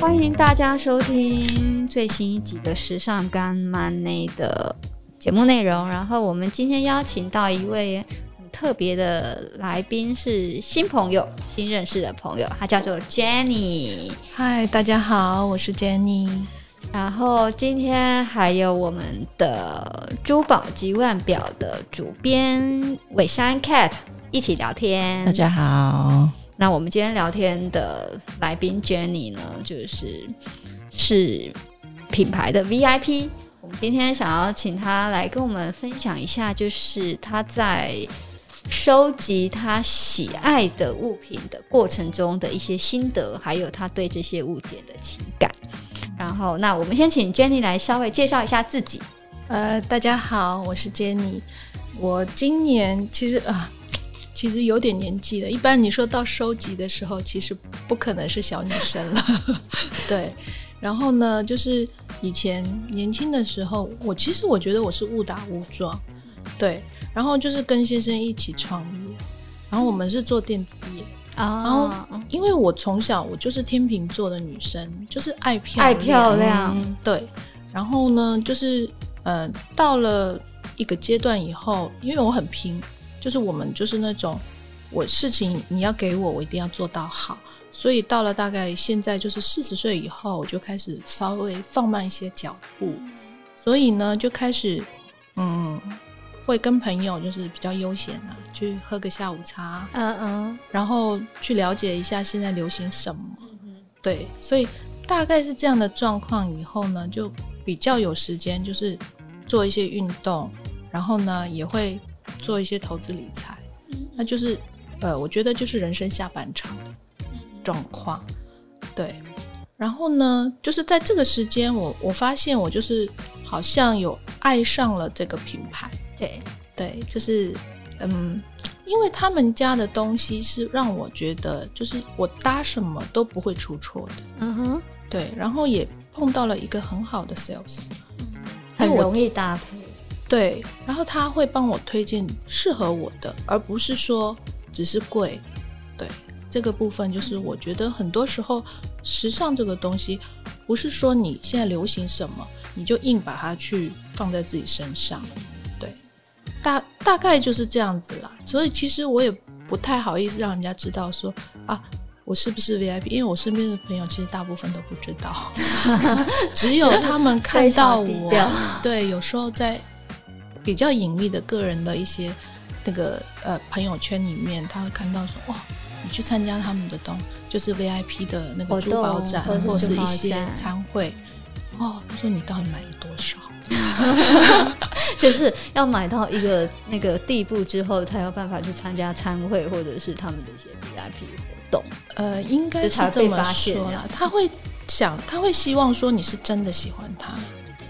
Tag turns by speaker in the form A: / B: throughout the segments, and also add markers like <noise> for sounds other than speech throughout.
A: 欢迎大家收听最新一集的《时尚干妈内》的节目内容。然后我们今天邀请到一位很特别的来宾，是新朋友、新认识的朋友，他叫做 Jenny。
B: 嗨，大家好，我是 Jenny。
A: 然后今天还有我们的珠宝及腕表的主编伟山 Cat 一起聊天。
C: 大家好，
A: 那我们今天聊天的来宾 Jenny 呢，就是是品牌的 VIP。我们今天想要请她来跟我们分享一下，就是她在收集她喜爱的物品的过程中的一些心得，还有她对这些物件的情感。然后，那我们先请 Jenny 来稍微介绍一下自己。
B: 呃，大家好，我是 Jenny。我今年其实啊、其实有点年纪了。一般你说到收集的时候，其实不可能是小女生了。 <laughs> 对，然后呢，就是以前年轻的时候，我其实我觉得我是误打误撞，对。然后就是跟先生一起创业，然后我们是做电子业，
A: 哦，
B: 因为我从小我就是天秤座的女生，就是爱漂嗯
A: 爱漂亮，
B: 对，然后呢，就是呃，到了一个阶段以后，因为我很拼，就是我们就是那种我事情你要给我，我一定要做到好。所以到了大概现在就是四十岁以后，我就开始稍微放慢一些脚步，
A: 嗯
B: 所以呢，就开始嗯，会跟朋友就是比较悠闲啊，去喝个下午茶，
A: 嗯嗯，
B: 然后去了解一下现在流行什么。对，所以大概是这样的状况以后呢，就比较有时间，就是做一些运动，然后呢也会做一些投资理财。那就是呃，我觉得就是人生下半场的状况。对，然后呢，就是在这个时间，我我发现我就是好像有爱上了这个品牌。
A: 对，
B: 对，就是嗯，因为他们家的东西是让我觉得，就是我搭什么都不会出错的，
A: 嗯哼，
B: 对，然后也碰到了一个很好的 sales，
A: 很
B: 因为我
A: 容易搭 <laughs> 配。
B: 对，然后他会帮我推荐适合我的，而不是说只是贵，对，这个部分就是我觉得很多时候时尚这个东西，不是说你现在流行什么，你就硬把它去放在自己身上，对，大大概就是这样子啦。所以其实我也不太好意思让人家知道说啊。我是不是 VIP？因为我身边的朋友其实大部分都不知道，只有他们看到
A: 非常低
B: 我
A: 调，
B: 对，有时候在比较隐秘的个人的一些那个呃朋友圈里面，他会看到说哇，你去参加他们的东，就是 VIP 的那
A: 活
B: 个
A: 动
B: 珠宝展，啊
A: 或者是
B: 或是
A: 珠宝
B: 一些
A: 展
B: 餐会，哦，他说你到底买了多少？
A: 就是要买到一个那个地步之后，才有办法去参加参会或者是他们的一些 VIP 活动。
B: 呃，应该
A: 就是才
B: 这
A: 被
B: 么
A: 发现
B: 说
A: 这
B: 啦
A: 样，
B: 他会想，他会希望说你是真的喜欢他，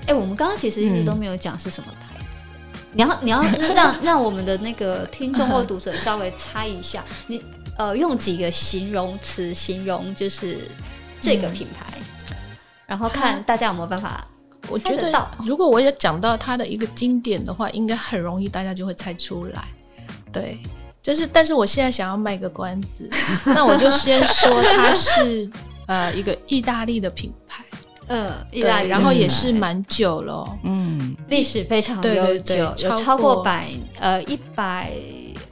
A: 哎、我们刚刚其实一直
B: 嗯
A: 都没有讲是什么牌子。你要你要让让我们的那个听众或读者稍微猜一 <laughs> 下，你呃用几个形容词形容就是这个品牌，然后看大家有没有办法。
B: 我觉
A: 猜得
B: 得
A: 到，
B: 如果我也讲到它的一个经典的话，应该很容易大家就会猜出来。对，就是，但是我现在想要卖个
A: <laughs>
B: 关子，那我就先说它是呃一个意大利的品牌，
A: 嗯，意
B: 对
A: 大利，
B: 然后也
A: 品牌
B: 是蛮久了哦、
C: 嗯，
A: 历史非常
B: 对
A: 悠
B: 对
A: 久，
B: 对
A: 有
B: 超
A: 超过
B: 过
A: 百呃一百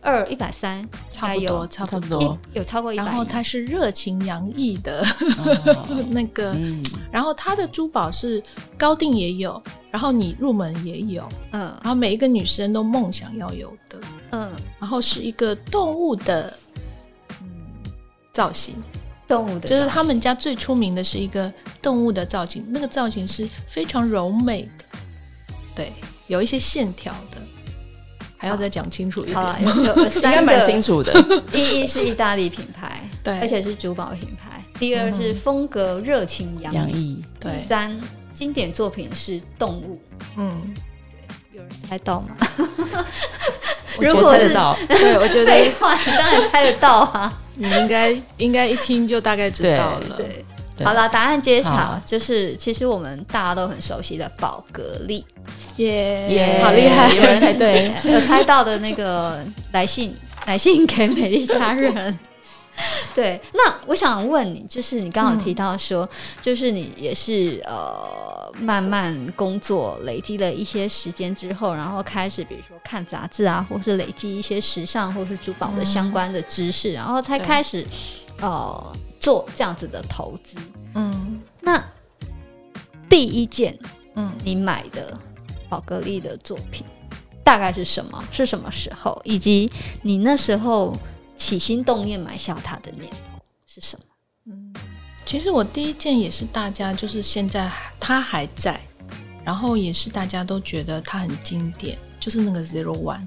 A: 二、一百三，
B: 差不多，差不
C: 差不
B: 多。
C: 多
A: 一有超过一百。
B: 然后它是热情洋溢的
C: 哦
B: <laughs> 那个，
C: 嗯，
B: 然后它的珠宝是高定也有，然后你入门也有，
A: 嗯
B: 然后每一个女生都梦想要有的。
A: 嗯，
B: 然后是一个动物的嗯造型，
A: 动物的
B: 就是
A: 造
B: 他们家最出名的是一个动物的造型，那个造型是非常柔美的，对，有一些线条的，还要再讲清楚一
A: 型好
B: <laughs>
A: 了，
B: 点吗。
A: 有有有
C: 应
A: 三
C: 该蛮清
A: 个，
C: 楚的。
A: 第一是意大利品牌，
B: 对
A: 而且是珠宝品牌；第二是风格热情洋
C: 洋
A: 溢；
C: 溢，
A: 第
B: 对，
A: 三经典作品是动物。
B: 嗯，
A: 有人猜到吗？
C: 我觉
A: 如
C: 得
A: 果
C: 猜
A: 是
C: 得到，
B: 对，我
A: <laughs>
B: 觉
A: 废
B: 得
A: 话，你当然猜得到啊！
B: 你应该应该一听就大概知道了。
A: 对，
C: 对
A: 好了，答案揭晓
C: 好
A: 就是，其实我们大家都很熟悉的宝格丽。
B: 耶
C: 耶
B: 好厉害！
C: 哎有人猜
A: <laughs>
C: 对，
A: 有猜到的那个来信，来信给美丽家人。 <laughs> 对，那我想问你，就是你刚好提到说，
C: 嗯
A: 就是你也是呃慢慢工作，累积了一些时间之后，然后开始比如说看杂志啊，或是累积一些时尚或是珠宝的
C: 嗯
A: 相关的知识，然后才
B: 对
A: 开始呃做这样子的投资。
B: 嗯
A: 那第一件
B: 嗯，
A: 你买的宝格丽的作品大概是什么？是什么时候？以及你那时候起心动念买下它的念头是什么？
B: 其实我第一件也是大家就是现在还它还在，然后也是大家都觉得它很经典，就是那个 Zero One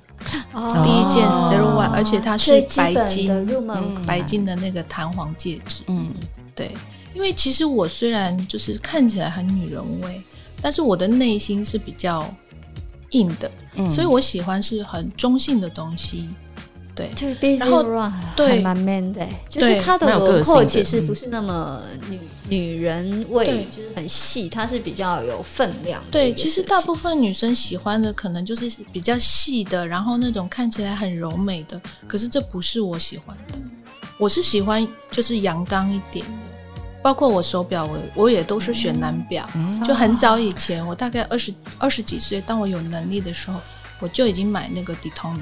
A: 哦
B: 第一件
C: 哦
B: Zero One，而且它是白
A: 最基
B: 金
A: 本的入门款
B: 白金的那个弹簧戒指，
C: 嗯
B: 对，因为其实我虽然就是看起来很女人味，但是我的内心是比较硬的，
C: 嗯，
B: 所以我喜欢是很中性的东西。对，
A: 对，毕竟
B: 然后
A: Run 还
B: 对
A: 蛮 man 的，就是
B: 对
A: 它的
C: 蛮有个
A: 轮
C: 性
A: 廓
C: 的
A: 其实不是那么女女人味
B: 对，
A: 就是很细，它是比较有分量的一
B: 对，
A: 个
B: 其实
A: 设计
B: 大部分女生喜欢的可能就是比较细的，然后那种看起来很柔美的，可是这不是我喜欢的。
C: 嗯
B: 我是喜欢就是阳刚一点的，包括我手表，我我也都是选男表。
C: 嗯
B: 就
A: 哦
B: 很早以前，我大概二十二十几岁，当我有能力的时候，我就已经买那个 Daytona，、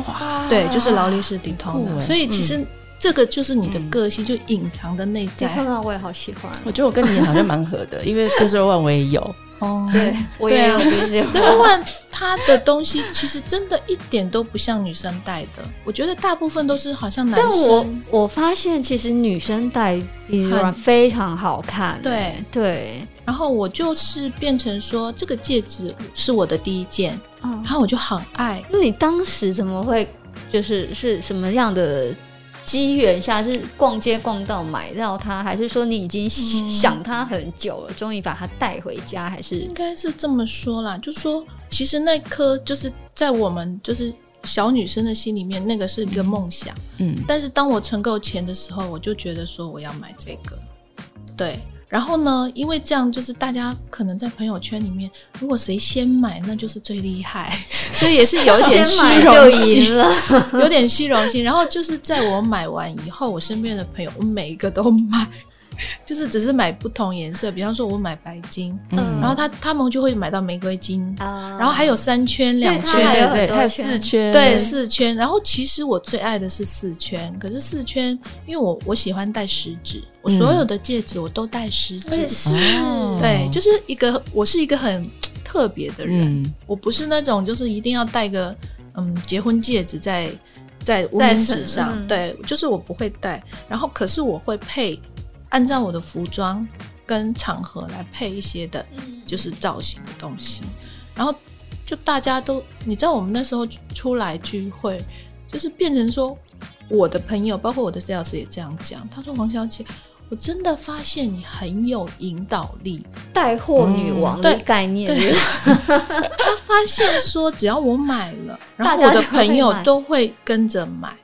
C: 哇，
B: 对，就是劳力士
C: 啊很酷
B: Daytona。
C: 欸嗯
B: 所以其实这个就是你的个性，就隐藏的内
A: 这
B: 在。
A: 套呢我也好喜欢，
C: 我觉得我跟你好像蛮合的，
B: <laughs>
C: 因为贝斯万我也有，
B: 哦，
A: <laughs> 对我也
B: 对
A: 有
B: 啊
A: Zero
B: 所
A: <laughs>
B: 以我问他的东西，其实真的一点都不像女生戴的。我觉得大部分都是好像男
A: 但我
B: 生，
A: 我发现其实女生戴 B 软
B: 很
A: 非常好看，
B: 对
A: 对，
B: 然后我就是变成说这个戒指是我的第一件，
A: 嗯
B: 然，后我就很爱。
A: 那你当时怎么会就是是什么样的机缘下是逛街逛到买到它，还是说你已经想它很久了，终于把它带回家，还是
B: 应该是这么说啦，就说其实那颗就是在我们就是小女生的心里面，那个是一个梦想。
C: 嗯
B: 但是当我存够钱的时候，我就觉得说我要买这个，对。然后呢，因为这样就是大家可能在朋友圈里面，如果谁先买，那就是最厉害， <laughs> 所以也是有一点
A: 先
B: 虚
A: 买就
B: 荣心，
A: 赢 <laughs> 了？
B: <laughs> 有点虚荣心。然后就是在我买完以后，我身边的朋友，我每一个都买， <laughs> 就是只是买不同颜色。比方说，我买白金，
A: 嗯
B: 然后他他们就会买到玫瑰金，
A: 啊
B: 然后还有三圈、两
A: 对它
B: 圈
A: 还，有很
C: 对，
A: 多
C: 还有
A: 圈
C: 四圈，
B: 对，四圈。然后其实我最爱的是四圈，可是四圈，因为我我喜欢戴十指，我所有的戒指我都戴十
A: 嗯我
B: 指
A: 也。是，
C: 哦
B: 对，就是一个我是一个很特别的人，
C: 嗯，
B: 我不是那种就是一定要戴个嗯结婚戒指在在无
A: 在
B: 名
A: 身
B: 指上，
A: 嗯
B: 对，就是我不会戴。然后可是我会配，按照我的服装跟场合来配一些的
A: 嗯
B: 就是造型的东西。然后就大家都，你知道我们那时候出来聚会，就是变成说，我的朋友，包括我的 sales 也这样讲，他说黄小姐。我真的发现你很有引导力。
A: 带货女王
B: 嗯
A: 的
B: 对
A: 概念，
B: 对 <laughs> 他发现说，只要我买了，然后
A: 大
B: 我
A: 家
B: 的
A: 就会
B: 朋友
A: 买
B: 都会跟着买。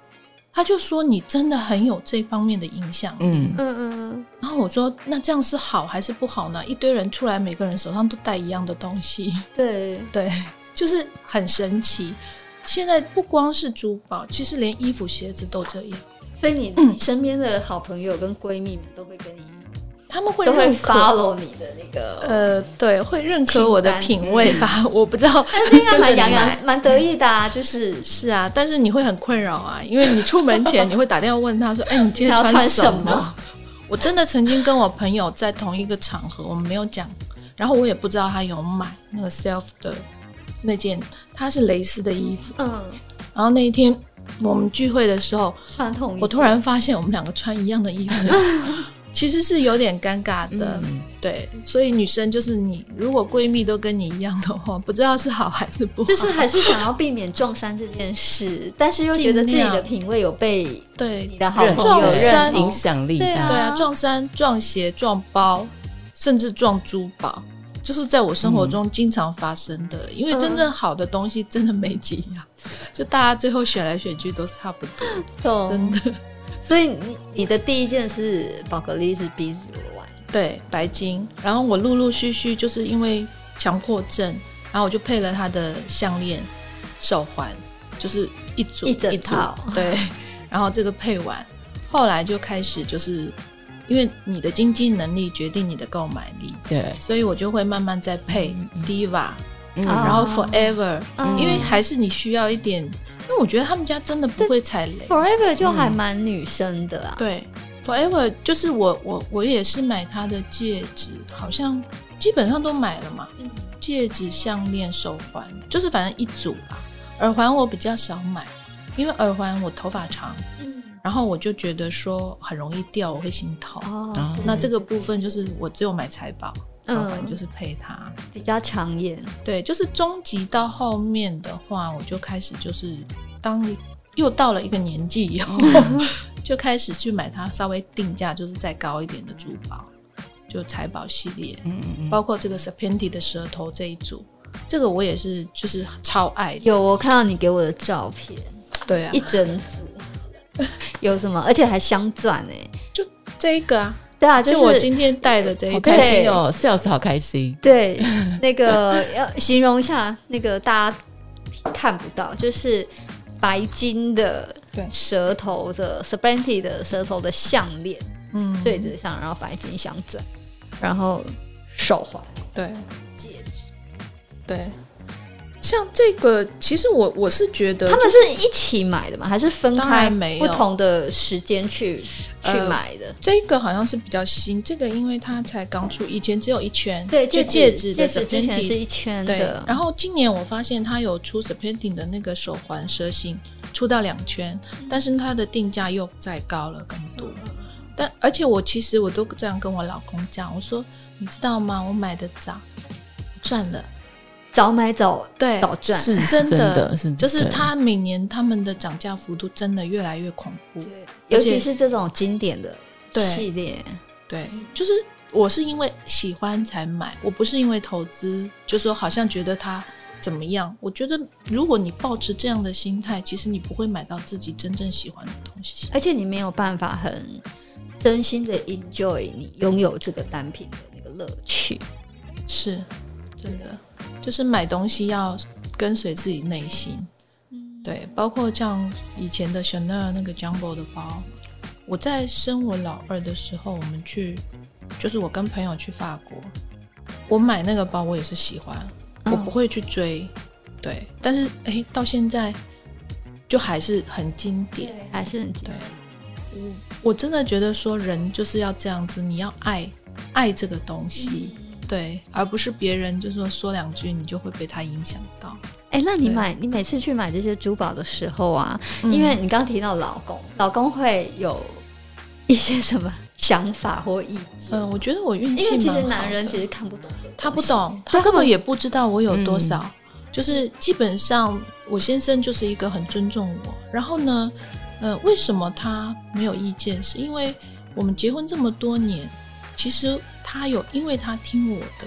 B: 他就说你真的很有这方面的影响力。
C: 嗯
A: 嗯嗯
B: 然后我说那这样是好还是不好呢？一堆人出来，每个人手上都带一样的东西。 <laughs>
A: 嗯，对，
B: 对，就是很神奇。现在不光是珠宝，其实连衣服、鞋子都这样，
A: 所以你你
B: 嗯
A: 身边的好朋友跟闺蜜们都会跟你
B: 他们会
A: 都会
B: 认可。
A: follow 你的那个
B: 呃，对，会认可我的品味吧？我不知道，
A: 但是应该蛮洋
C: 跟着
A: 洋、蛮得意的啊，就是
B: 是啊，但是你会很困扰啊，因为你出门前你会打电话问他说：“哎，你今天
A: 你要穿
B: 什
A: 什么？”
B: 我真的曾经跟我朋友在同一个场合，我们没有讲，然后我也不知道他有买那个 self 的那件，它是蕾丝的衣服。
A: 嗯，
B: 然后那一天我们聚会的时候，
A: 传统一点。
B: 我突然发现我们两个穿一样的衣
A: <laughs>
B: 服，其实是有点尴尬的。
C: 嗯
B: 对，所以女生就是你，如果闺蜜都跟你一样的话，不知道是好还是不好。
A: 就是还是想要避免撞衫这件事，但是又觉得自己的品味有被
B: 对
A: 你的好朋友
B: 撞
A: 认
B: 衫
A: 同
C: 影。响力，
A: 对啊
B: 哦对啊，撞衫、撞鞋、撞包，甚至撞珠宝。就是在我生活
A: 嗯
B: 中经常发生的，因为真正好的东西真的没几样，就大家最后选来选去都差不多，真
A: 懂。 <laughs>
B: 的。
A: 所以你你的第一件是宝格丽是 B 级玩，
B: 对，白金。然后我陆陆续续就是因为强迫症，然后我就配了他的项链、手环，就是一组
A: 一整
B: 组
A: 套
B: 对，然后这个配完，后来就开始就是，因为你的经济能力决定你的购买力，
C: 对，
B: 所以我就会慢慢在配
C: 嗯嗯
B: Diva，、
C: 嗯
A: 哦
B: 然后 Forever，、
A: 嗯
B: 因为还是你需要一点，因为我觉得他们家真的不会踩雷。
A: Forever 就
B: 嗯
A: 还蛮女生的啊，
B: 对，Forever 就是我我我也是买它的戒指，好像基本上都买了嘛，戒指、项链、手环，就是反正一组吧。耳环我比较少买，因为耳环我头发长，
A: 嗯，
B: 然后我就觉得说很容易掉，我会心痛。
A: 哦
C: 哦，
A: 对
B: 那这个部分就是我只有买财宝，耳环
A: 嗯
B: 就是配它。
A: 比较抢眼，
B: 对，就是终极到后面的话，我就开始就是当又到了一个年纪以后，
A: 嗯
B: <laughs> 就开始去买它稍微定价就是再高一点的珠宝，就财宝系列，
C: 嗯嗯嗯，
B: 包括这个 Serpenti 的舌头这一组，这个我也是就是超爱的。
A: 有我看到你给我的照片，
B: 对啊
A: 一，整组，有什么？而且还镶钻哎、
B: 这一个啊，
A: 对啊，
B: 就我
A: 是
B: 今天戴的这一
C: 好
B: 个
C: 开，心哦，sales 好开心，
A: 对那个要形容一下，那个大家看不到，就是白金的
B: 对
A: 舌头的 s e p e n t i 的舌头的项链
B: 嗯，
A: 坠子上，然后白金镶钻，然后手环、
B: 对
A: 戒指，
B: 对。像这个，其实我我是觉得
A: 他们是一起买的吗？还是分
B: 呃当
A: 开
B: 然没有
A: 不同的时间去去
B: 呃
A: 买的？
B: 这个好像是比较新，这个因为它才刚出，以前只有一圈，
A: 对，
B: 就
A: 戒
B: 指
A: 戒
B: 的
A: 指
B: s
A: 之
B: e
A: 前是
B: p
A: 一圈
B: 对
A: 的，，
B: 然
A: 后
B: 后今年我发现它有出 s e p e n t i n 的那个手环蛇形，出到两圈，但是它的定价又再高了更多。
A: 嗯
B: 但而且我其实我都这样跟我老公讲，我说你知道吗？我买的早，赚了，
A: 早买早
B: 对，
A: 早赚，
C: 是是
B: 真
C: 真的
B: 的
C: 是，
B: 就是
C: 对
B: 它每年他们的涨价幅度真的越来越恐怖。
A: 对尤其
B: 且
A: 是这种经典的
B: 对
A: 系列，
B: 对，就是我是因为喜欢才买，我不是因为投资，就说好像觉得它怎么样。我觉得如果你抱持这样的心态，其实你不会买到自己真正喜欢的东西。
A: 而且你没有办法很真心的 enjoy 你拥有这个单品的那个乐趣。
B: 是，真的，就是买东西要跟随自己内心。对，包括像以前的 Chanel 那个 Jumbo 的包，我在生我老二的时候，我们去，就是我跟朋友去法国，我买那个包，我也是喜欢，我不会去追，对，但是诶，到现在就还是很经典。
A: 还是很经
B: 对，我我真的觉得说人就是要这样子，你要爱爱这个东西，
A: 嗯
B: 对，而不是别人就说说两句你就会被他影响到。
A: 哎、那你
B: 对
A: 买你每次去买这些珠宝的时候啊，因为你刚刚提到老公，老公会有一些什么想法或意见？
B: 嗯、我觉得我运气
A: 因为其实
B: 蛮好
A: 男人
B: 的
A: 其实看不懂这个，
B: 他不。懂，他嗯根本也不知道我有多少。就是基本上，我先生就是一个很尊重我。然后呢，呃，为什么他没有意见？是因为我们结婚这么多年，其实他有，因为他听我的，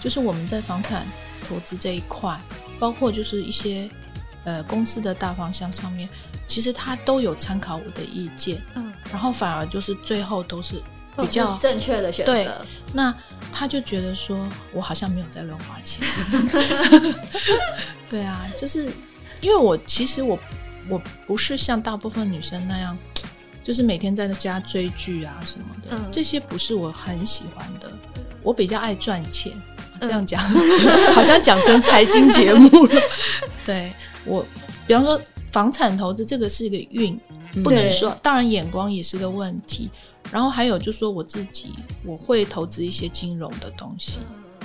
B: 就是我们在房产投资这一块，包括就是一些呃公司的大方向上面，其实他都有参考我的意见，
A: 嗯，
B: 然后反而就是最后都是
A: 都
B: 比
A: 嗯是
B: 较
A: 正确的选
B: 对
A: 择，
B: 那他就觉得说，我好像没有在乱花
A: <laughs>
B: 钱。对啊，就是因为我其实我我不是像大部分女生那样，就是每天在家追剧啊什么的，
A: 嗯
B: 这些不是我很喜欢的。我比较爱赚钱，
A: 嗯
B: 这样讲、好像讲成财经节目了。 <laughs> 对我，比方说房产投资这个是一个运，
C: 嗯
B: 不能
A: 嗯对
B: 说，当然眼光也是个问题。然后还有就说我自己，我会投资一些金融的东西，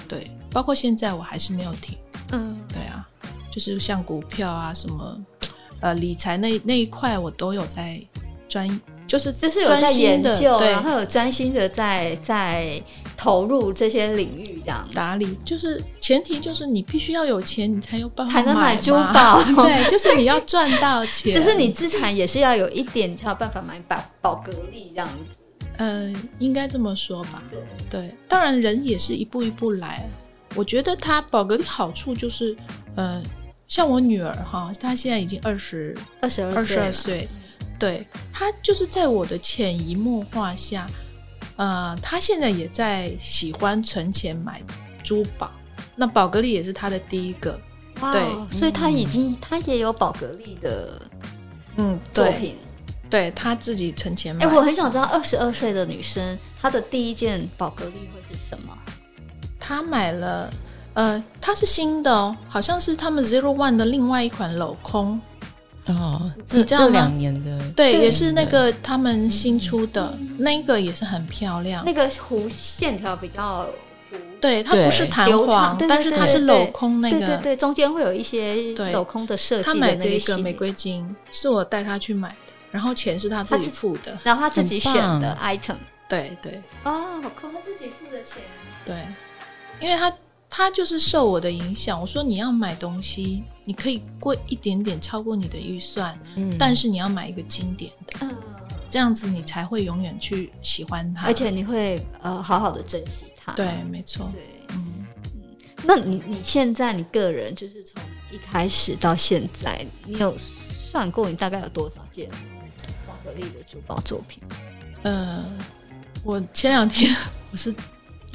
B: 对，包括现在我还是没有停，
A: 嗯，
B: 对啊，就是像股票啊什么，呃，理财那那一块我都有在专，就是
A: 就是有在
B: 专
A: 研
B: 心的
A: 究，啊
B: 对
A: 然后有专心的在在投入这些领域，这样
B: 打理，就是前提就是你必须要有钱，你才有办法
A: 才能买
B: 买
A: 珠
B: 嘛，
A: 宝。
B: <laughs> 对，就是你要赚到
A: <laughs>
B: 钱，
A: 就是你资产也是要有一点，你才有办法买宝宝格丽这样子。
B: 呃，应该这么说吧。对，当然人也是一步一步来。我觉得它宝格丽好处就是，呃，像我女儿哈，她现在已经二十
A: 二十
B: 二
A: 二
B: 十
A: 岁
B: 二
A: 了，
B: 岁，对她就是在我的潜移默化下，呃，她现在也在喜欢存钱买珠宝。那宝格丽也是她的第一个，
A: 哇哦，
B: 对
A: 所以他已经他也有宝格丽的
B: 嗯，
A: 作
B: 对，嗯
A: 品，
B: 对他自己存钱买。
A: 哎、我很想知道二十二岁的女生她的第一件宝格丽会是什么？
B: 他买了，呃，它是新的哦，好像是他们 Zero One 的另外一款镂空，
C: 哦，这
B: 知道吗
C: 这两年的
B: 对，
A: 对嗯
B: 也是那个他们新出的，那个也是很漂亮。
A: 那个弧线条比较弧，
B: 对，它
C: 对
B: 不是弹
A: 流
B: 簧
A: 畅，对
B: 但是
A: 对
B: 它
A: 对
B: 是
A: 对
B: 镂空那
A: 对对
B: 个。
A: 对，中间会有一些
B: 对
A: 镂空的设计
B: 他
A: 的
B: 买
A: 那
B: 这一个
A: 系列
B: 玫，瑰金是我带他去买的，然后钱是他自己付的。
A: 然后她自己选
C: 很棒
A: 的 item。
B: 对对
A: 哦，好酷，她自己付的钱。
B: 对，因为他他就是受我的影响，我说你要买东西，你可以贵一点点超过你的预算，
C: 嗯
B: 但是你要买一个经典的，
A: 嗯，
B: 这样子你才会永远去喜欢它。
A: 而且你会呃好好的珍惜它。
B: 对，没错，
A: 对。
B: 嗯，
A: 那你你现在你个人就是从一开始到现在，你有算过你大概有多少件宝格丽的珠宝作品？
B: 呃，我前两天我是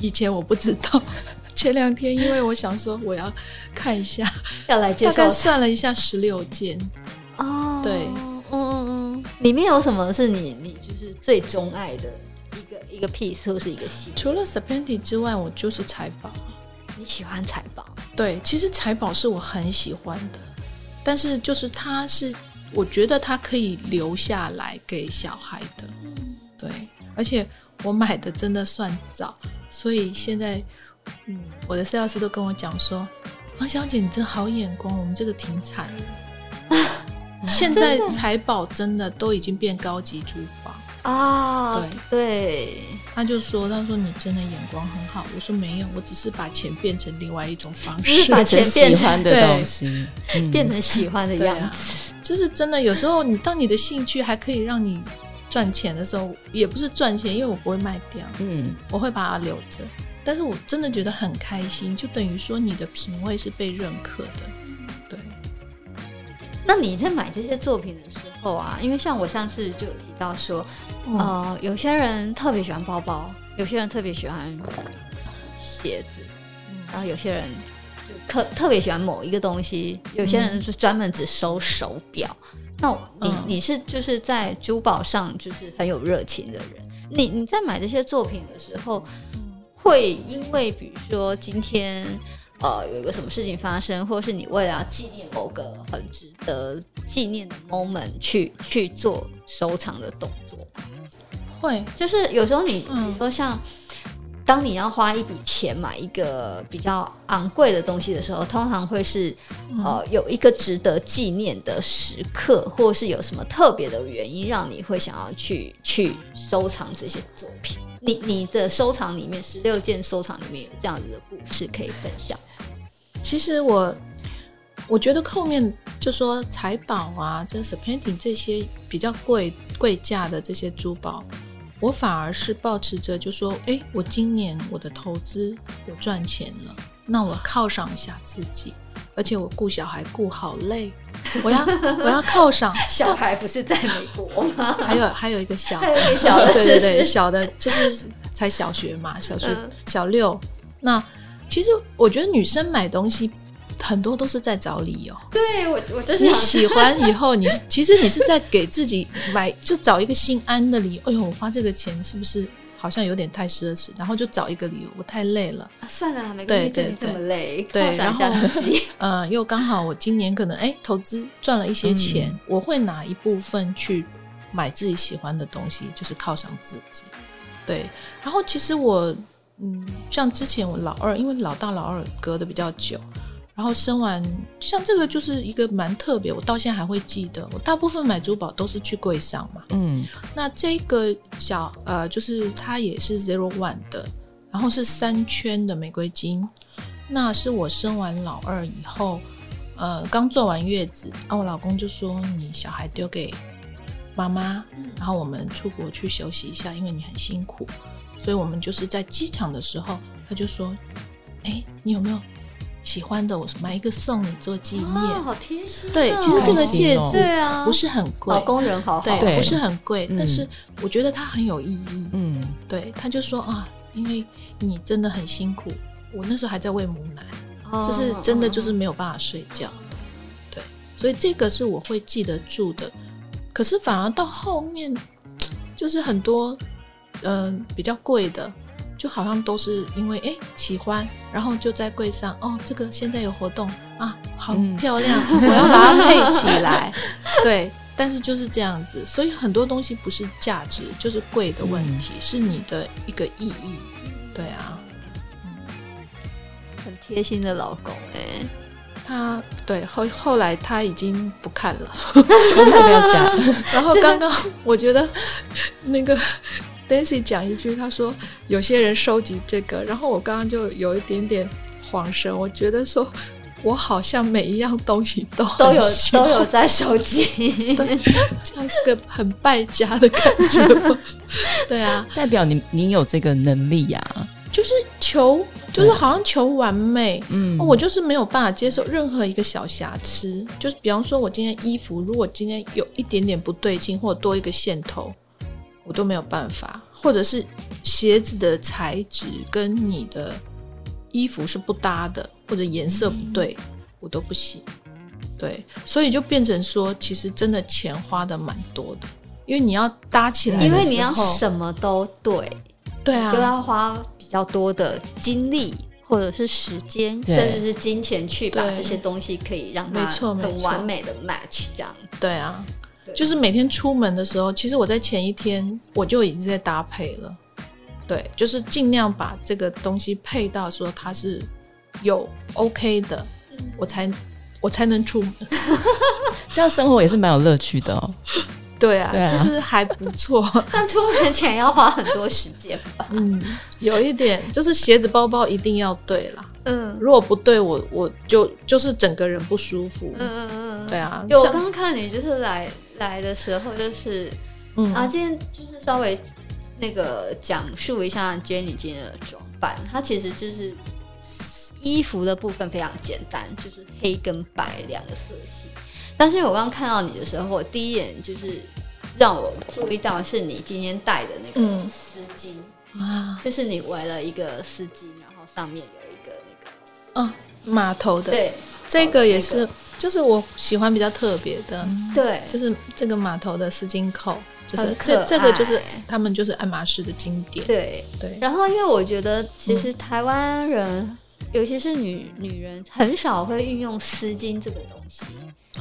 B: 以前我不知道， <laughs> 前两天因为我想说我要看一下，
A: 要来介
B: 大
A: 绍
B: 概算了一下十六件，
A: 哦，
B: 对
A: 嗯嗯嗯，里面有什么是你你就是最钟爱的一个一个 piece 或是一个系列？
B: 除了 Serpenti 之外，我就是财宝。
A: 你喜欢财宝？
B: 对，其实财宝是我很喜欢的，但是就是它是，我觉得它可以留下来给小孩的，对，而且我买的真的算早，所以现在，嗯，我的 sales 都跟我讲说，王小姐你真好眼光，我们这个停产了，现在财宝真的都已经变高级珠宝。
A: 啊，对，
B: 他就说：“他说你真的眼光很好。”我说：“没有，我只是把钱变成另外一种方式。”
A: 只是把钱变
C: 喜
A: 成
C: 欢的东西，嗯
A: 变成喜欢的
B: 对
A: 样子。
B: 啊，就是真的，有时候你当你的兴趣还可以让你赚钱的时候，也不是赚钱，因为我不会卖掉，
C: 嗯
B: 我会把它留着。但是我真的觉得很开心，就等于说你的品味是被认可的。对，
A: 那你在买这些作品的时候啊，因为像我上次就有提到说，
B: 嗯
A: 呃，有些人特别喜欢包包，有些人特别喜欢鞋子，
B: 嗯
A: 然后有些人就特特别喜欢某一个东西，有些人是专门只收手表。那我你、
B: 嗯
A: 你是就是在珠宝上就是很有热情的人，你你在买这些作品的时候，会因为比如说今天呃有一个什么事情发生，或是你为了要纪念某个很值得纪念的 moment 去去做收藏的动作，
B: 会，
A: 就是有时候你比
B: 嗯
A: 如说像。当你要花一笔钱买一个比较昂贵的东西的时候，通常会是呃有一个值得纪念的时刻，或是有什么特别的原因让你会想要去去收藏这些作品。你你的收藏里面，十六件收藏里面有这样子的故事可以分享。
B: 其实我我觉得后面就说财宝啊，这 s e p e n t i n 这些比较贵贵价的这些珠宝，我反而是保持着就说，哎，我今年我的投资有赚钱了，那我犒赏一下自己，而且我顾小孩顾好累，我要我要犒赏， <laughs>
A: 小孩不是在美国吗？
B: 还有还有一个
A: <laughs>
B: 小
A: 还有点小的，
B: <laughs> 对对
A: 是
B: 对，
A: 是。
B: 小的就是才小学嘛，小学、
A: 嗯
B: 小六。那其实我觉得女生买东西很多都是在找理由，
A: <laughs> 对我我就是啊
B: 你
A: 想
B: 喜欢以后你其实你是在给自己买，就找一个心安的理由。哎呦，我花这个钱是不是好像有点太奢侈？然后就找一个理由，我太累了。
A: 啊算了，每个月
B: 对
A: 就
B: 对
A: 是这么
B: 对
A: 累，
B: 对
A: 犒赏一
B: 然后
A: 下自己。
B: 呃，又刚好我今年可能哎投资赚了一些钱，
C: 嗯
B: 我会拿一部分去买自己喜欢的东西，就是犒赏自己。对，然后其实我嗯，像之前我老二，因为老大老二隔得比较久，然后生完像这个就是一个蛮特别，我到现在还会记得。我大部分买珠宝都是去柜上嘛，
C: 嗯
B: 那这个小呃，就是它也是 Zero One 的，然后是三圈的玫瑰金。那是我生完老二以后，呃，刚坐完月子，啊，我老公就说你小孩丢给妈妈，
A: 嗯
B: 然后我们出国去休息一下，因为你很辛苦。所以我们就是在机场的时候，他就说，哎，你有没有喜欢的？我买一个送你做纪念。
A: 哦，好贴心哦。
B: 对，其实这个
C: 开心
B: 戒
C: 哦
B: 指
A: 对啊，
B: 不是很贵，
A: 老工人好好，
B: 对，
C: 对
B: 哦不是很贵，
C: 嗯
B: 但是我觉得它很有意义。 <laughs>
C: 嗯，
B: 对，他就说啊，因为你真的很辛苦，我那时候还在喂母奶，
A: 哦
B: 就是真的就是没有办法睡觉。对，所以这个是我会记得住的。可是反而到后面，就是很多嗯、呃比较贵的，就好像都是因为哎、诶喜欢，然后就在柜上哦，这个现在有活动啊，好
C: 嗯
B: 漂亮，
A: 哦
B: 我要把它配起来。 <laughs> 对，但是就是这样子，所以很多东西不是价值，就是贵的问题，是你的一个意义。对啊，
A: <laughs> 很贴心的老公哎、
B: 他对后后来他已经不看了。
C: 要不要讲？
B: <laughs> 然后刚刚我觉得那个 Dancy 讲一句，他说有些人收集这个，然后我刚刚就有一点点恍神，我觉得说我好像每一样东西都很
A: 都有
B: 喜欢
A: 都
B: <laughs>
A: 有在收集，
B: 这样是个很败家的感觉吧。 <laughs> 对啊，
C: 代表你你有这个能力呀、
B: 就是求，就是好像求完美。哦
C: 嗯
B: 我就是没有办法接受任何一个小瑕疵，就是比方说，我今天衣服如果今天有一点点不对劲，或者多一个线头，我都没有办法，或者是鞋子的材质跟你的衣服是不搭的，或者颜色不对，
A: 嗯
B: 我都不行。对，所以就变成说，其实真的钱花的蛮多的，因为你要搭起来的时
A: 因
B: 候，
A: 为你要什么都对，
B: 对啊，
A: 就要花比较多的精力。或者是时间，
C: 对
A: 甚至是金钱去把
B: 对
A: 这些东西可以让它
B: 没错没
A: 很
B: 错
A: 完美的 match 这样。
B: 对啊
A: 对，
B: 就是每天出门的时候，其实我在前一天我就已经在搭配了，对，就是尽量把这个东西配到说它是有 OK 的，
A: 嗯
B: 我才我才能出门。 <laughs>
C: 这样生活也是蛮有乐趣的哦。
B: 对啊，
C: 对啊
B: 就是还不错，
C: <laughs>
A: 但出门前要花很多时间吧？
B: 嗯，有一点就是鞋子、包包一定要对啦，
A: 嗯
B: 如果不对我我就就是整个人不舒服。
A: 嗯嗯
B: 对啊，
A: 有，我
B: 像
A: 刚刚看你就是来来的时候，就是、
B: 嗯
A: 啊，今天就是稍微那个讲述一下 Jenny 今天的装扮，它其实就是衣服的部分非常简单，就是黑跟白两个色系。但是我刚刚看到你的时候，我第一眼就是让我注意到是你今天戴的那个
B: 嗯
A: 丝巾，
B: <laughs> 啊，
A: 就是你围了一个丝巾，然后上面有一个那个
B: 嗯，码头的
A: 对哦
B: 这个也是，就是我喜欢比较特别的，
C: 嗯
A: 对，
B: 就是这个码头的丝巾扣，就是
A: 很可
B: 这这个就是
A: 爱
B: 他们就是爱马仕的经典，
A: 对，
B: 对
A: 然后因为我觉得其实台湾人，尤其是女女人，很少会运用丝巾这个东西。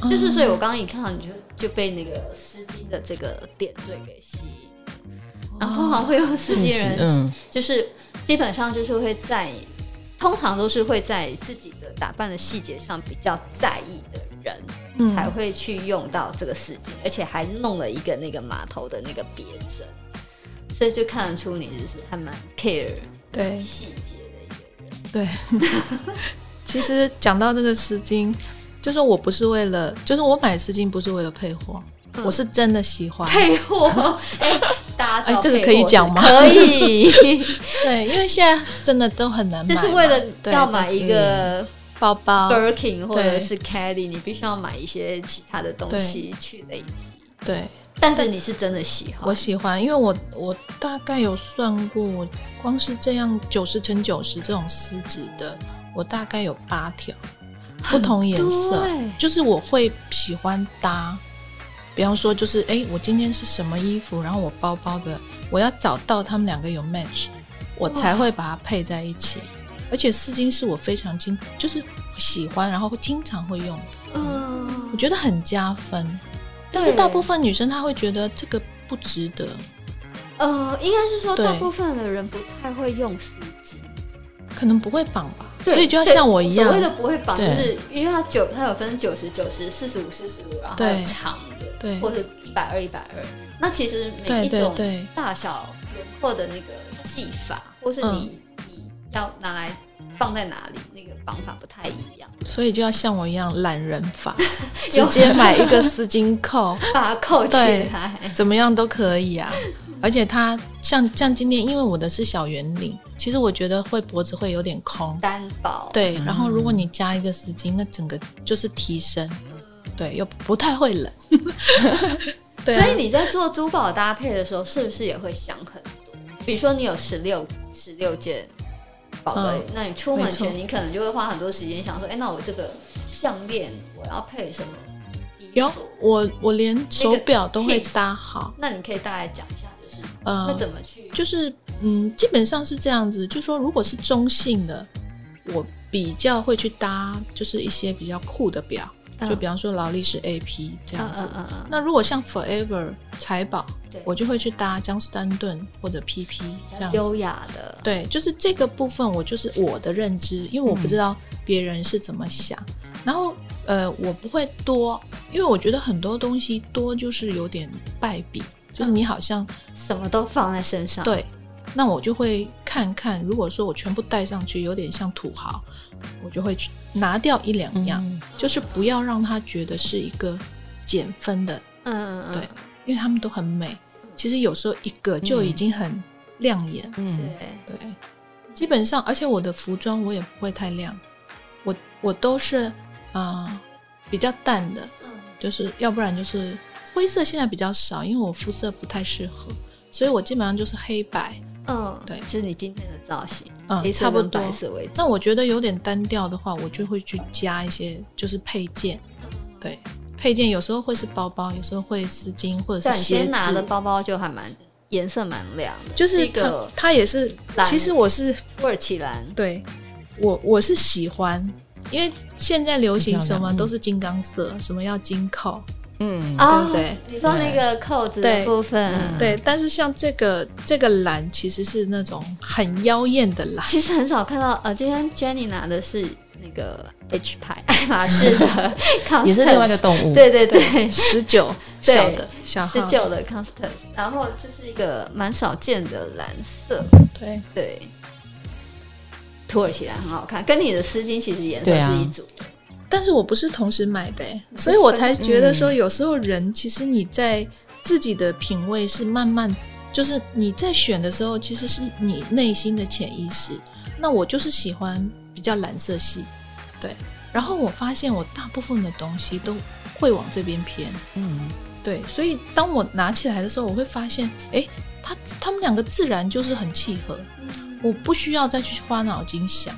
A: 就是，所以我刚刚一看到你就就被那个丝巾的这个点缀给吸引，然后通常会用丝
C: 确
A: 巾的
C: 实
A: 人，，
C: 嗯，
A: 就是基本上就是会在，通常都是会在自己的打扮的细节上比较在意的人，
B: 嗯
A: 才会去用到这个丝巾，而且还弄了一个那个码头的那个别针，所以就看得出你就是还蛮 care
B: 对
A: 细节的一个人。
B: 对。 <laughs> 其实讲到这个丝巾，就是我不是为了，就是我买丝巾不是为了配货，我是真的喜欢。
A: 嗯配货， <laughs> 哎、大家知道
B: 哎这个
A: 配货
B: 可以讲吗
A: 是可
B: <laughs>
A: 以，
B: 对，因为现在真的都很难买
A: 就
B: 嘛，
A: 是为了
B: 对
A: 要买一个
B: 包包，
A: Birkin 或者
B: 对
A: 是 Kelly，你必须要买一些其他的东西去累积。
B: 对
A: 但是你是真的喜欢
B: 我，喜欢，因为我我大概有算过，我光是这样九十乘九十这种丝质的，我大概有八条不同颜色
A: 很多欸，
B: 就是我会喜欢搭。比方说，就是诶，我今天是什么衣服，然后我包包的，我要找到他们两个有 match，我才会把它配在一起。而且丝巾是我非常经，就是喜欢，然后会经常会用的。
A: 嗯
B: 我，觉得很加分。但
A: 对
B: 是大部分女生她会觉得这个不值得，
A: 呃，应该是说
B: 对
A: 大部分的人不太会用丝巾，
B: 可能不会绑吧，
A: 对
B: 所以就要像我一样
A: 所谓，的不会绑，就
C: 对
A: 是因为它九，它有分九十九十、四十五、四十五，然后还有
B: 对
A: 长的，
B: 对
A: 或者一百二、一百二。那其实每
B: 对
A: 一
B: 对
A: 种
B: 对
A: 大小轮廓的那个技法，或是
B: 嗯
A: 你、你要拿来放在哪里，那个绑法不太一样。
B: 所以就要像我一样懒人
A: <laughs>
B: 法，直接买一个丝巾扣，
A: 把它扣起
B: 对
A: 来，
B: 怎么样都可以啊。而且它像像今天，因为我的是小圆领，其实我觉得会脖子会有点空，
A: 单薄。
B: 对。然后如果你加一个丝巾，那整个就是提升，对，又不太会
A: <laughs>
B: 冷。对啊
A: 所以你在做珠宝搭配的时候，是不是也会想很多？比如说你有十六十六件宝贝，
B: 嗯
A: 那你出门
B: 没
A: 前
B: 错
A: 你可能就会花很多时间想说，哎、那我这个项链我要配什么衣
B: 有我我连手表都会
A: tips
B: 搭好，
A: 那你可以大概讲一下，就是
B: 呃，
A: 会怎么去？
B: 就是嗯，基本上是这样子，就说如果是中性的，我比较会去搭，就是一些比较酷的表，就比方说劳力士 AP 这样子。
A: 嗯嗯嗯，
B: 那如果像 Forever 财宝，
A: 对
B: 我就会去搭江诗丹顿或者 PP 这样
A: 比较
B: 子。
A: 优雅的，
B: 对，就是这个部分，我就是我的认知，因为我不知道别人是怎么想。然后，呃，我不会多，因为我觉得很多东西多就是有点败笔，就是你好像、
A: 什么都放在身上。，
B: 对，那我就会看看，如果说我全部带上去，有点像土豪，我就会去拿掉一两样，
C: 嗯
B: 就是不要让他觉得是一个减分的，
A: 嗯嗯，
B: 对，因为他们都很美，其实有时候一个就已经很亮眼，
C: 嗯，
A: 对，
B: 对，基本上，而且我的服装我也不会太亮，我我都是啊、呃比较淡的，
A: 嗯
B: 就是要不然就是灰色现在比较少，因为我肤色不太适合，所以我基本上就是黑白，
A: 嗯，
B: 对
A: 就是你今天的造型，黑
B: 嗯，
A: 色
B: 差不
A: 跟
B: 多
A: 白。色为主。
B: 那我觉得有点单调的话，我就会去加一些就是配件，
A: 嗯
B: 对，配件有时候会是包包，有时候会丝巾或者
A: 像
B: 是
A: 你
B: 鞋
A: 先拿的
B: 子，
A: 包包就还蛮颜色蛮亮的，
B: 就是
A: 一个
B: 它它也是
A: 蓝，
B: 其实我是
A: 土耳其蓝，
B: 对我我是喜欢，因为现在流行什
C: 很漂
B: 么
C: 亮
B: 都是金刚色，什么要金扣，
C: 嗯，
A: 啊
B: 对不对
A: 你说那个扣子的
B: 对
A: 部分，
B: 对。但是像这个这个蓝其实是那种很妖艳的蓝，
A: 其实很少看到。呃，今天 Jenny 拿的是那个 H
C: <laughs>
A: 牌爱马仕的 Constance，
C: 也是另外一个动物，，
A: 啊对对 <laughs> 对，
B: 十九
A: 对
B: 小的小
A: 十
B: 号，
A: 九的 Constance，然后就是一个蛮少见的蓝色，
B: 对
A: 对，土耳其蓝很好看，跟你的丝巾其实颜色
C: 对啊
A: 是一组的，
B: 但是我不是同时买的、欸，所以我才觉得说，有时候人其实你在自己的品味是慢慢，就是你在选的时候，其实是你内心的潜意识。那我就是喜欢比较蓝色系，对。然后我发现我大部分的东西都会往这边偏，
C: 嗯，
B: 对。所以当我拿起来的时候，我会发现，诶，它它们两个自然就是很契合，我不需要再去花脑筋想，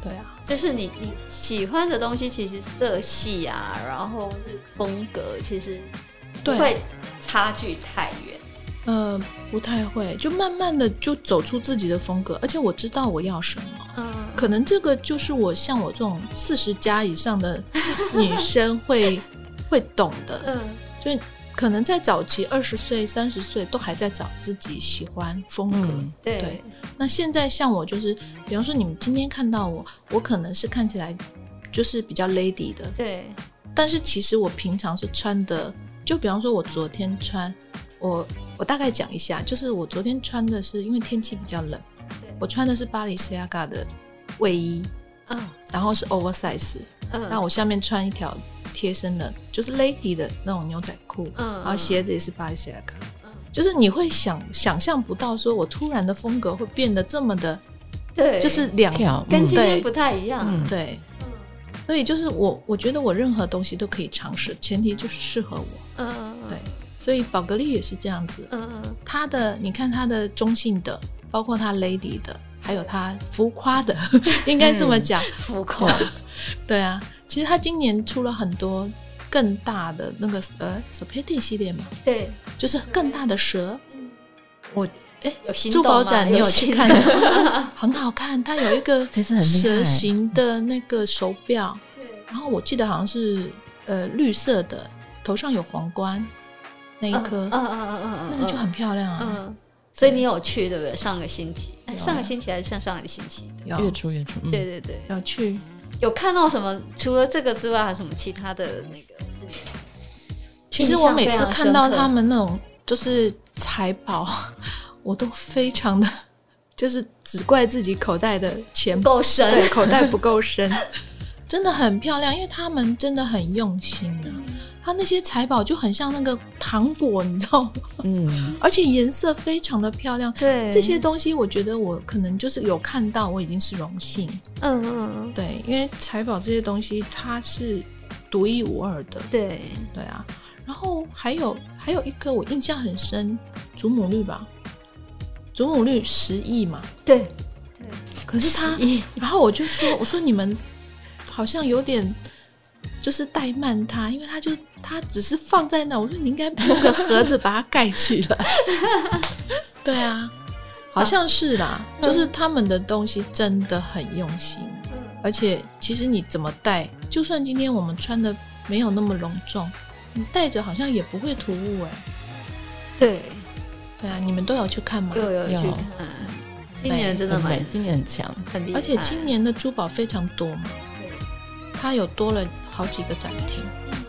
B: 对啊。
A: 就是你你喜欢的东西，其实色系啊，然后是风格，其实不
B: 对
A: 会差距太远。
B: 呃，不太会，就慢慢的就走出自己的风格，而且我知道我要什么。
A: 嗯，
B: 可能这个就是我像我这种四十加以上的女生会 <laughs> 会懂的，
A: 嗯
B: 就可能在早期二十岁、三十岁都还在找自己喜欢风格。
C: 嗯
A: 对
B: 对，那现在像我就是，比方说你们今天看到我，我可能是看起来就是比较 lady 的，
A: 对，
B: 但是其实我平常是穿的，就比方说我昨天穿，我我大概讲一下，就是我昨天穿的是因为天气比较冷
A: 对，
B: 我穿的是巴黎圣亚嘎的卫衣，
A: 嗯
B: 然后是 oversize，
A: 嗯，
B: 那我下面穿一条贴身的，就是 lady 的那种牛仔裤，
A: 嗯
B: 然后鞋子也是巴黎圣亚嘎
A: 嗯，
B: 就是你会想想象不到，说我突然的风格会变得这么的，
A: 对，
B: 就是两
C: 跳，
A: 跟
C: 嗯
A: 今天
B: 对
A: 不太一样。
C: 嗯
B: 对，
A: 嗯
B: 所以就是我我觉得我任何东西都可以尝试，前提就是适合我。
A: 嗯，
B: 对所以宝格丽也是这样子，
A: 嗯嗯
B: 它的你看它的中性的，包括它 lady 的，还有它浮夸的，应该这么讲。
A: 浮夸，
B: 对啊，其实它今年出了很多更大的那个呃 s o p e t i 系列嘛，
A: <laughs> 对，
B: 就是更大的蛇。我哎，
A: 有心
B: 珠
A: 动
B: 宝
A: 吗
B: 展你有
A: 心
B: 去看
A: 动
B: 吗？ <laughs> 很好看，它有一个
C: 这次很厉害
B: 蛇形的那个手表，
A: 对，
B: 然后我记得好像是呃绿色的，头上有皇冠那一
A: 嗯
B: 颗，
A: 嗯嗯嗯嗯嗯，
B: 那个就很漂亮啊。
A: 嗯。所以你有去对不对？上个星期，
B: 啊
A: 哎上个星期还是上上个星期？
B: 有
C: 越出越出，嗯
A: 对，对对，
B: 有去，
A: 有看到什么？除了这个之外，还有什么其他的那个是你
B: 其实我每次看到他们那种就是财宝， <laughs> 我都非常的，就是只怪自己口袋的钱
A: 不够深？
B: 对，口袋不够深，真的很漂亮，因为他们真的很用心啊。它那些财宝就很像那个糖果，你知道吗？
C: 嗯，
B: 而且颜色非常的漂亮。
A: 对
B: 这些东西我觉得我可能就是有看到，我已经是荣幸。
A: 嗯嗯嗯，
B: 对，因为财宝这些东西它是独一无二的，
A: 对，
B: 对啊，然后还有还有一个我印象很深，祖母绿吧，祖母绿十亿嘛，
A: 对，
B: 可是他 <laughs>
A: 十亿，
B: 然后我就说，我说你们好像有点就是怠慢它，因为它就它只是放在那，我说你应该用个盒子把它盖起来。 <laughs> 对啊，好像是啦，就是他们的东西真的很用心，而且其实你怎么戴，就算今天我们穿的没有那么隆重，你戴着好像也不会突兀哎、
A: 对，
B: 对啊，你们都有去看吗？
A: 又有去
C: 有
A: 看，今年真的
C: 很
A: 蛮
C: 美今年很强，
A: 很厉害，
B: 而且今年的珠宝非常多嘛，
A: 对
B: 它有多了好几个展厅。
A: 嗯